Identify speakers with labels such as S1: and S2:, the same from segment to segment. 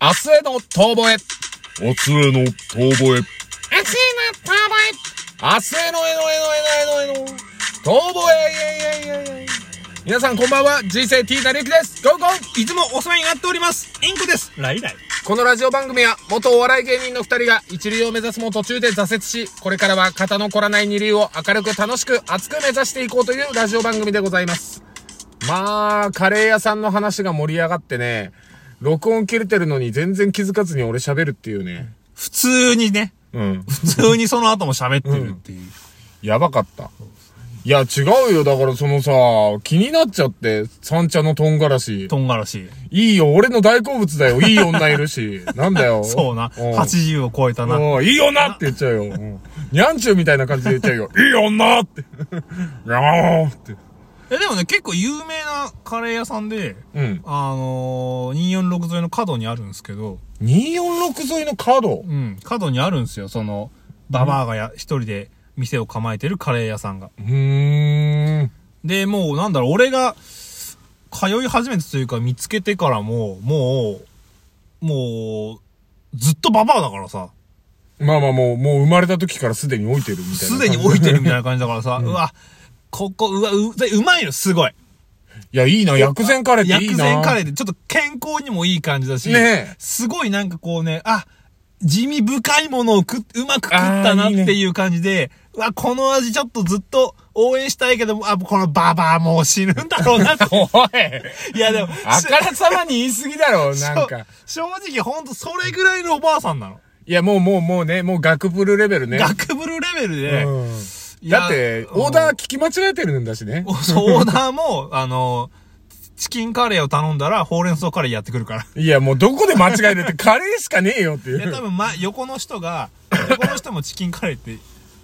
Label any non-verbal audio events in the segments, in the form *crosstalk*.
S1: 明日への遠吠え。
S2: 明日への遠吠え。
S1: 明日への遠吠え。明日へのえのえのえのえのえの。遠吠え、いやいやいやいや。皆さんこんばんは、人生 T なりゆきです。ゴーゴー
S3: いつもお世話になっております。インコです。ライライ。
S1: このラジオ番組は、元お笑い芸人の二人が一流を目指すも途中で挫折し、これからは肩の凝らない二流を明るく楽しく熱く目指していこうというラジオ番組でございます。まあ、カレー屋さんの話が盛り上がってね、録音切れてるのに全然気づかずに俺喋るっていうね。
S3: 普通にね、
S1: うん。
S3: 普通にその後も喋ってるっていう。
S1: やばかった。いや、違うよ。だからそのさ、気になっちゃって、三茶のトンガラシ。
S3: とんがらしい。
S1: いいよ、俺の大好物だよ。いい女いるし。なんだよ。
S3: *laughs* そうな。
S1: ん
S3: 80を超えたな。
S1: うんいい女って言っちゃうよ。うんにゃんちゅうみたいな感じで言っちゃうよ。いい女って。 *laughs* やーって。
S3: え、でもね、結構有名なカレー屋さんで、
S1: うん。
S3: あのー、246沿いの角にあるんですけど、
S1: 246沿いの角。
S3: うん、角にあるんですよ、その、ババアがや、一人で店を構えてるカレー屋さんが。
S1: うーん。
S3: で、もうなんだろう、俺が、通い始めてというか見つけてからも、もう、もう、ずっとババアだからさ、
S1: まあまあもう、もう生まれた時からすでに置いてるみたいな。
S3: *laughs* すでに置いてるみたいな感じだからさ、うわ、ここ、うわ、う、でうまいの、すごい。
S1: いや、いいな。薬膳カレーっていい
S3: 薬
S1: な。
S3: 膳カレーで、ちょっと健康にもいい感じだし、
S1: ねえ
S3: すごいなんかこうね、あ、地味深いものを食っうまく食ったな
S1: あー
S3: っ
S1: いいね
S3: ていう感じで、うわ、この味ちょっとずっと応援したいけども、あ、このババアもう死ぬんだろう
S1: *laughs*
S3: なって。
S1: おい。
S3: いやでも、
S1: あからさまに言い過ぎだ
S3: *laughs*
S1: ろ、なんか。
S3: 正直ほんとそれぐらいのおばあさんなの。
S1: いや、もうもうもうね、もう学ブルレベルね。
S3: 学ぶるレベルで、
S1: うん
S3: いや
S1: だって、
S3: うん
S1: オーダー聞き間違えてるんだしね。
S3: そうオーダーも、 *laughs* あの、チキンカレーを頼んだら、ほうれん草カレーやってくる
S1: *laughs*
S3: から。
S1: いや、もうどこで間違え
S3: *laughs*
S1: るってカレーしかねえよってい
S3: いや、多
S1: う。
S3: 分、ま、横の人が、横の人もチキンカレーって、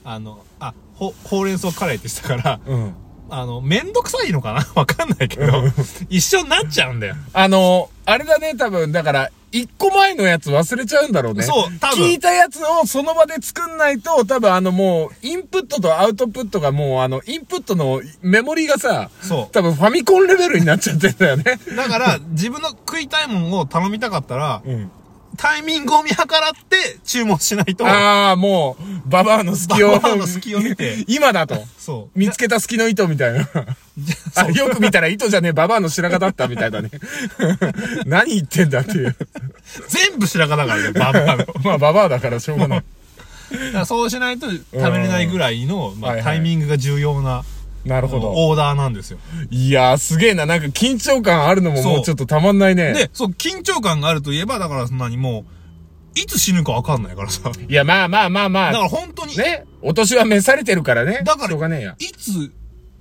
S3: あの、あ、ほ、ほうれん草カレーってしたから、
S1: うん。
S3: あの、めんどくさいのかな *laughs* わかんないけど、一緒になっちゃうんだよ。
S1: あの、あれだね、多分、だから、一個前のやつ忘れちゃうんだろうね。
S3: そう多分
S1: 聞いたやつをその場で作んないと、多分あのもう、インプットとアウトプットがもう、あの、インプットのメモリーがさ、
S3: そう
S1: 多分ファミコンレベルになっちゃってんだよね。
S3: だから、自分の食いたいものを頼みたかったら、
S1: うん。
S3: タイミングを見計らって注文しないと、
S1: ああ、もう、ババアの隙を。
S3: ババアの隙を見て
S1: *laughs* 今だと。
S3: そう。
S1: 見つけた隙の糸みたい
S3: *laughs*
S1: な。あよく見たら糸じゃねえ、ババアの白髪だったみたいだね。 *laughs* 何言ってんだっていう。
S3: 全部白髪だからね、ババアの。
S1: まあ、ババアだからしょう
S3: *laughs*
S1: がない。
S3: だからそうしないと食べれないぐらいの、ま
S1: は
S3: あ、
S1: いは
S3: タ
S1: い
S3: イミングが重要な、
S1: なるほど。
S3: オーダーなんですよ。
S1: いやー、すげえな。なんか緊張感あるのも
S3: そう
S1: もうちょっとたまんないね。
S3: で、そう、緊張感があるといえば、だからそんなにもう、いつ死ぬかわかんないからさ。だか
S1: いや、まあまあまあまあ。
S3: ら本当に、
S1: ね。お年は召されてるからね。
S3: だから
S1: しょうがねえや。
S3: いつ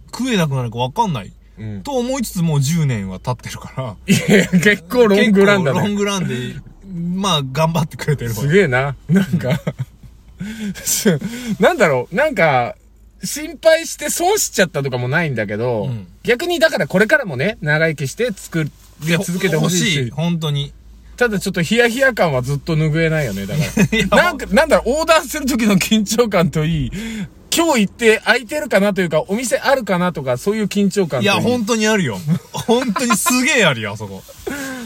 S3: 食えなくなるかわかんない。
S1: うん
S3: と思いつつもう10年は経ってるから。
S1: いや、結構ロングランだ
S3: 結構ロン
S1: ね。
S3: グランで、まあ、頑張ってくれてるわ
S1: すげえな。なんか、なんだろう。なんか、心配して損しちゃったとかもないんだけど、
S3: ん
S1: 逆にだからこれからもね、長生きして作り続けてほしいし、
S3: 本当に。
S1: ただちょっとヒヤヒヤ感はずっと拭えないよね、だ
S3: *laughs*
S1: から。
S3: や
S1: なんか、なんだろう、オーダーする時の緊張感といい、今日行って空いてるかなというか、お店あるかなとか、そういう緊張感
S3: い
S1: といい。
S3: や、本当にあるよ。本当にすげえあるよ、あそこ。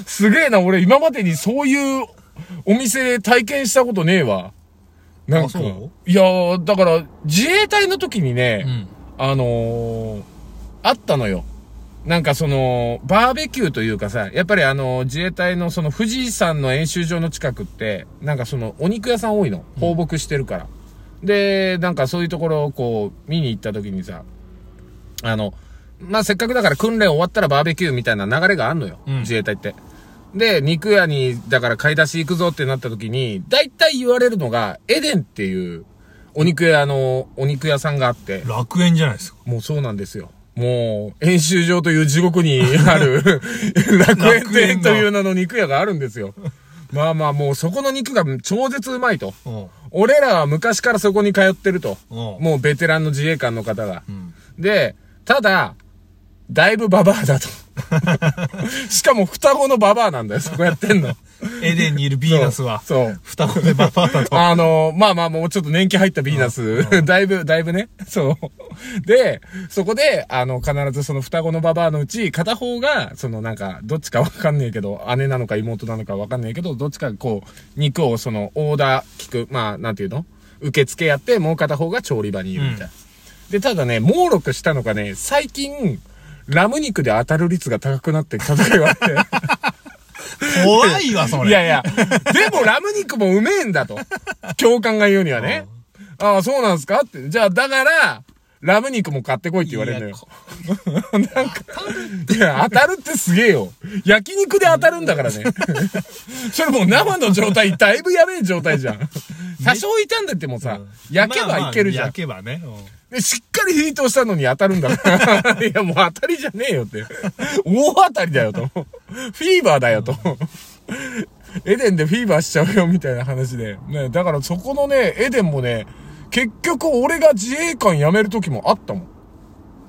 S1: すげえな、俺今までにそういうお店で体験したことねえわ。なん
S3: あ
S1: か、
S3: そう
S1: いやー、だから、自衛隊の時にね、
S3: うん。
S1: あのー、あったのよ。なんかその、バーベキューというかさ、やっぱりあの、自衛隊のその富士山の演習場の近くって、なんかその、お肉屋さん多いの。放牧してるから。で、なんかそういうところをこう、見に行った時にさ、あの、まあ、せっかくだから訓練終わったらバーベキューみたいな流れがあんのよ。
S3: うん
S1: 自衛隊って。で、肉屋に、だから買い出し行くぞってなった時に、大体言われるのが、エデンっていう、お肉屋の、お肉屋さんがあって、
S3: 楽園じゃないですか。
S1: もうそうなんですよ。もう、演習場という地獄にあ
S3: *laughs*
S1: る、楽園
S3: 楽園
S1: 店
S3: が
S1: という名の肉屋があるんですよ。まあまあもうそこの肉が超絶うまいと。
S3: うん。
S1: 俺らは昔からそこに通ってると。
S3: うん。
S1: もうベテランの自衛官の方が。
S3: うん。
S1: で、ただ、
S3: *laughs*
S1: だいぶババアだと。しかも双子のババアなんだよ、そこやってんの。
S3: エデンにいるヴィーナスは、
S1: そう。
S3: 双子でババアだと。
S1: *laughs* あの、まあまあもうちょっと年季入ったヴィーナス、 *laughs* だいぶ、だいぶね。そう。で、そこで、あの、必ずその双子のババアのうち、片方が、そのなんか、どっちかわかんねえけど、姉なのか妹なのかわかんねえけど、どっちかこう、肉をその、オーダー聞く、まあ、なんていうの受付やって、もう片方が調理場にいるみたいな。で、ただね、猛録したのがね、最近、ラム肉で当たる率が高くなって戦いはあって。
S3: 怖いわ、それ。
S1: いやいや、でもラム肉もうめえんだと。教官が言うにはね。ああ、そうなんすかって。じゃあ、だから、ラム肉も買ってこいって言われるのよ
S3: いや。
S1: *laughs* いや、当たるってすげえよ。焼肉で当たるんだからね。それもう生の状態、だいぶやべえ状態じゃん。多少傷んでてもさ、焼けばいけるじゃん
S3: まあまあ焼。けばね。うん
S1: でしっかりヒートしたのに当たるんだから。いや、もう *laughs* 当たりじゃねえよって。大当たりだよと。フィーバーだよと。エデンでフィーバーしちゃうよみたいな話で。ね、だからそこのね、エデンもね、結局俺が自衛官辞める時もあったもん。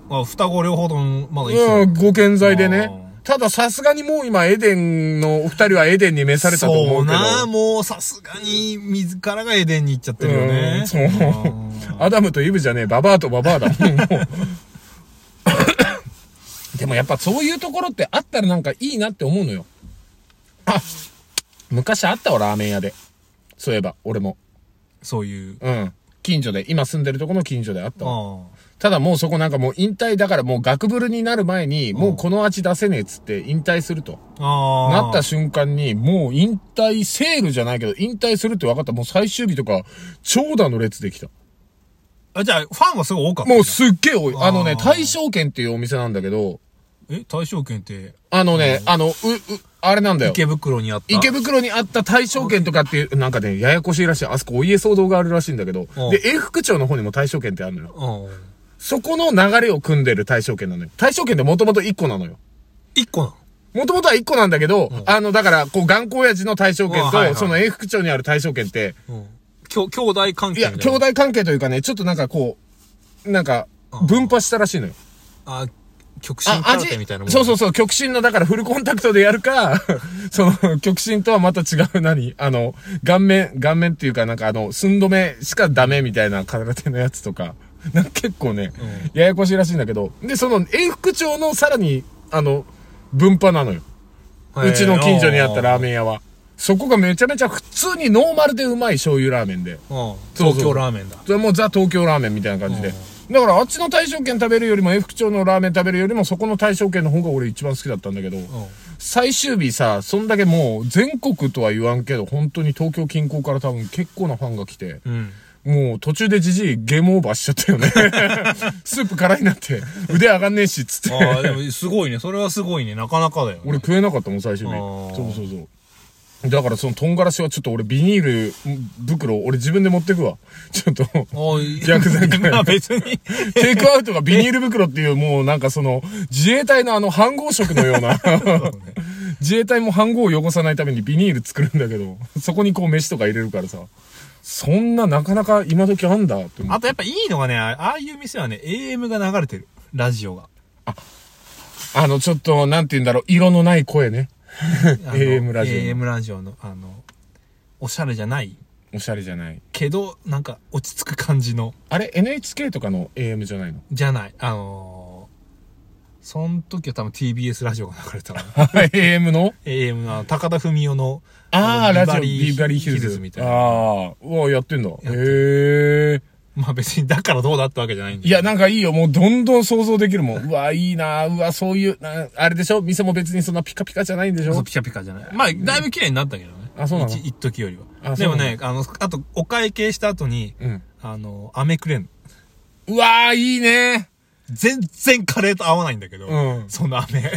S3: まあ、双子両方ともま
S1: う
S3: だ一緒
S1: ん、。ご健在でね
S3: あ。
S1: たださすがにもう今エデンのお二人はエデンに召されたと思
S3: そう
S1: うけど。
S3: な、もうさすがに自らがエデンに行っちゃってるよね。
S1: うんそう。アダムとイブじゃねえ、ババアとババアだもん、もうでもやっぱそういうところってあったらなんかいいなって思うのよ。あ、昔あったわ、ラーメン屋で。そういえば、俺も。
S3: そういう。
S1: うん。近所で、今住んでるとこの近所であったわ。
S3: あ
S1: ただもうそこなんかもう引退だからもうガクブルになる前に、もうこの味出せねえっつって引退すると。
S3: あ。ああ。
S1: なった瞬間に、もう引退、セールじゃないけど、引退するって分かった。もう最終日とか、長蛇の列できた。
S3: あじゃあ、ファンはすごい多かった。
S1: もうすっげえ多い。
S3: あー
S1: あのね、大正軒っていうお店なんだけど、
S3: え、大正券って、
S1: あのね、あの、う、う、あれなんだよ。
S3: 池袋にあった。
S1: 池袋にあった大正軒とかっていう、なんかね、ややこしいらしい。あそこお家騒動があるらしいんだけど
S3: うん、
S1: で、永福町の方にも大正軒ってあるのよ。
S3: うん。
S1: そこの流れを組んでる大正軒なのよ。大正軒ってもともと1個なのよ。
S3: 一個なの
S1: もともとは1個なんだけど、あの、だから、こう、頑固親父の大正
S3: う
S1: 軒
S3: んはいはい
S1: と、その永福町にある大正軒って、
S3: うん。きょ兄弟関係
S1: いや、
S3: み
S1: 兄
S3: たな。
S1: 弟関係というかね、ちょっとなんかこう、なんか、分派したらしいのよ。
S3: あ、極真
S1: あ、
S3: 空
S1: 味
S3: 手みたいなもん。
S1: そうそうそう、極真の、だからフルコンタクトでやる
S3: *laughs*
S1: か、その、極真とはまた違う、何あの、顔面、顔面っていうか、なんかあの、寸止めしかダメみたいな空手のやつとか、なんか結構ね、ややこしいらしいんだけど、で、その、永福町のさらに、あの、分派なのよ。
S3: へー
S1: うちの近所にあったラーメン屋は。そこがめちゃめちゃ普通にノーマルでうまい醤油ラーメンで。
S3: うん。
S1: そうそう
S3: 東京ラーメンだ。
S1: それもうザ東京ラーメンみたいな感じで。だからあっちの大正圏食べるよりも、F 福町のラーメン食べるよりも、そこの大正圏の方が俺一番好きだったんだけど、最終日さ、そんだけもう全国とは言わんけど、本当に東京近郊から多分結構なファンが来て、
S3: うん。
S1: もう途中でじじいゲームオーバーしちゃったよ
S3: *laughs*
S1: ね。 *laughs* スープ辛いなって、腕上がんねえし、つって。
S3: ああ、でもすごいね。それはすごいね。なかなかだよね。
S1: 俺食えなかったもん、最終日
S3: あ。ー
S1: そうそうそう。だからそのトンガラシはちょっと俺ビニール袋、俺自分で持ってくわ。ちょっと。
S3: おい。
S1: 逆算会
S3: *laughs* まあ別に。
S1: テイクアウトがビニール袋っていう、もうなんかその、自衛隊のあの、飯合食のような。自衛隊も飯合を汚さないためにビニール作るんだけど、そこにこう飯とか入れるからさ、そんななかなか今時あんだって思う
S3: あとやっぱいいのがね、あああいう店はね、AM が流れてる。ラジオが。
S1: あの、ちょっと、なんて言うんだろう、色のない声ね。
S3: あの
S1: AM ラジオ
S3: AM ラジオの、あの、おしゃれじゃない
S1: おしゃれじゃない。
S3: けど、なんか落ち着く感じの、
S1: あれ ?NHK とかの AM じゃ *laughs* ないの
S3: じゃない。あのー、その時は多分 TBS ラジオが流れたか
S1: *laughs*
S3: ら。
S1: ?AM の
S3: AM のあの高田文夫の、
S1: ああ、
S3: あの
S1: ラジオ、
S3: ビ
S1: ビ
S3: バ
S1: バ
S3: リ
S1: リ
S3: ー
S1: ー
S3: ヒ
S1: ヒ
S3: ル
S1: ル
S3: ズ
S1: ズ
S3: み
S1: み
S3: た
S1: たい
S3: いな
S1: な。ああ、うわやってんだ。へ
S3: ってる
S1: え。
S3: まあ別にだからどうだったわけじゃないんで。
S1: いや、、なんかいいよ。もうどんどん想像できるもん。うわ、いいなうわ、そういう、なあれでしょ店も別にそんなピカピカじゃないんでし
S3: そう
S1: ょ
S3: ピカピカじゃない。まあ、だいぶ綺麗になったけどね。
S1: あそうなの
S3: 一一時よりは。
S1: あ
S3: でも
S1: そうな
S3: ね、あの、あと、お会計した後に、
S1: うん。
S3: あの、飴くれんの。
S1: うわいいね
S3: 全然カレーと合わないんだけど、
S1: うん
S3: その
S1: *laughs*
S3: 飴。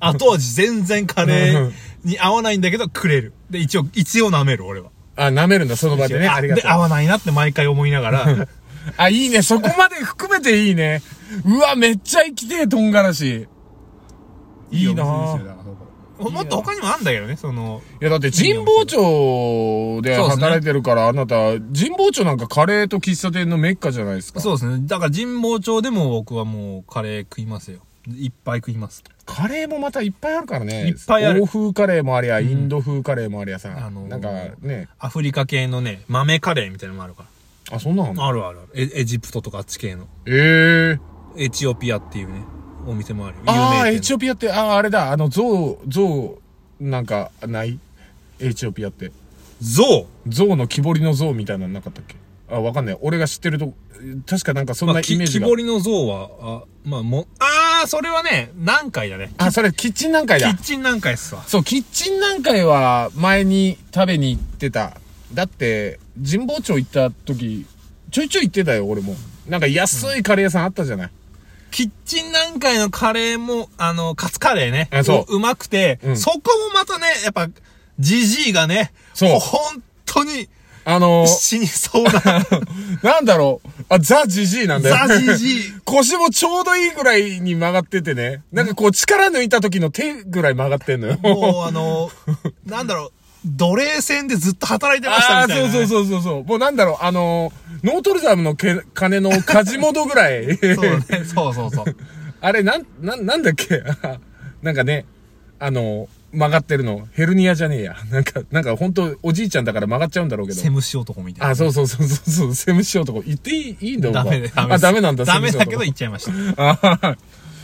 S3: 後味全然カレーに合わないんだけど、くれる。で、一応、一応舐める、俺は。
S1: あ、舐めるんだ、その場でね。ありがと
S3: で、合
S1: う。
S3: わないなって毎回思いな
S1: *laughs*
S3: がら、
S1: あ、いいね。そこまで含めていいね。うわ、めっちゃ生きてえ、とんがらし。いいな
S3: お
S1: ぁ
S3: 店ですよだからそこもっと他にもあんだけどね、その、
S1: いや、だって神保町で
S3: そうですね
S1: 働いてるから、あなた、神保町なんかカレーと喫茶店のメッカじゃないですか。
S3: そうですね。だから神保町でも僕はもうカレー食いますよ。いっぱい食います。
S1: カレーもまたいっぱいあるからね。
S3: いっぱいある
S1: 欧風カレーもありゃ、インド風カレーもありゃさ、
S3: あのー
S1: なんかね、
S3: アフリカ系のね、豆カレーみたいなのもあるか
S1: あ、そんなのあんの
S3: ら。あるあるある。エエジプトとかあっち系の。
S1: ええ
S3: エチオピアっていうね、お店もあるよ。
S1: ああ、エチ
S3: 店
S1: オピアって、ああ、あれだ、あの、象、象、なんか、ないエチオピアって。
S3: の。ゾ
S1: 象の木彫りの象みたいなのなかったっけあ、わかんない。俺が知ってるとこ、確かなんかそん
S3: ま
S1: な
S3: あ、
S1: イ
S3: き
S1: メージ
S3: 木
S1: が。
S3: 彫りの像は、あ、まあ、も、ああ、それはね、何回だね。
S1: あ、それ、キッチン南海
S3: キ
S1: だ
S3: ッ。チン何回っすわ。
S1: そう、キッチン南海は前に食べに行ってた。だって、神保町行った時、ちょいちょい行ってたよ、俺も。なんか安いカレー屋さんあったじゃない。
S3: キッチン南海のカレーも、あの、カツカレーね。
S1: あそう
S3: う。うまくて、
S1: うん
S3: そこもまたね、やっぱ、ジジイがね、
S1: そう
S3: も本当に
S1: あのー、
S3: 死にそう
S1: *laughs*
S3: な、
S1: なんだろう。あ、ザ・ジジイなんだよ。
S3: ザジ
S1: *laughs*
S3: ジイ。
S1: 腰もちょうどいいぐらいに曲がっててね。なんかこう力抜いた時の手ぐらい曲がってんのよ。
S3: もうあの、なんだろう、奴隷船でずっと働いてました
S1: ああ
S3: みたいな、
S1: ー、
S3: ね。
S1: そう
S3: う
S1: そうそうそうそう。もうなんだろう、あのー、ノートルダムのけ鐘の梶本ぐら
S3: *laughs*
S1: い。
S3: そうね、そうそうそう。
S1: あれ、なん、なん、なんだっけ *laughs* なんかね、あのー、曲がってるの。ヘルニアじゃねえや。 *laughs* なんか、なんか本当おじいちゃんだから曲がっちゃうんだろうけど
S3: セ。ムシ男みたいな。
S1: あ、そうそうそうそうそう、セムシ男。言っていい、いいんだ、
S3: ダ
S1: お前
S3: メだ、
S1: あ、ダメなんだ、
S3: ダメだ
S1: セ
S3: け
S1: ム
S3: ど
S1: シ
S3: 言っちゃいました。
S1: 男あは *laughs* は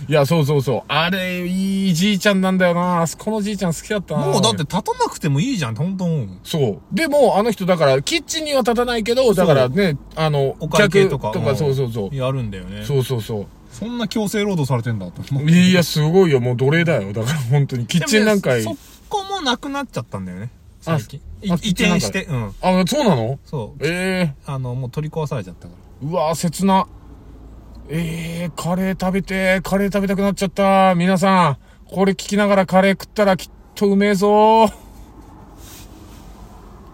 S1: いや、そうそうそう。あれ、いいじいちゃんなんだよな。あそこのじいちゃん好きだったな。
S3: もうだって立たなくてもいいじゃんって本当思うもん。
S1: そう。でも、あの人、だから、キッチンには立たないけど、だからね、あの
S3: お、会計とか。
S1: とか、
S3: ん
S1: そうそうそう。
S3: やるんだよね。
S1: そうそうそ
S3: そんな強制労働されてんだと思
S1: う。いや、すごいよ。もう奴隷だよ。だから、本当に。キッチンなんかい
S3: でもねそこもなくなっちゃったんだよね。
S1: あ
S3: 最近。い移
S1: あキッチンなんか
S3: 転して、うん。
S1: あ、そうなの
S3: そう。
S1: え
S3: あの、もう取り壊されちゃったから。
S1: えうわ切な。ええカレー食べてー、カレー食べたくなっちゃった。皆さん、これ聞きながらカレー食ったらきっとうめえぞー。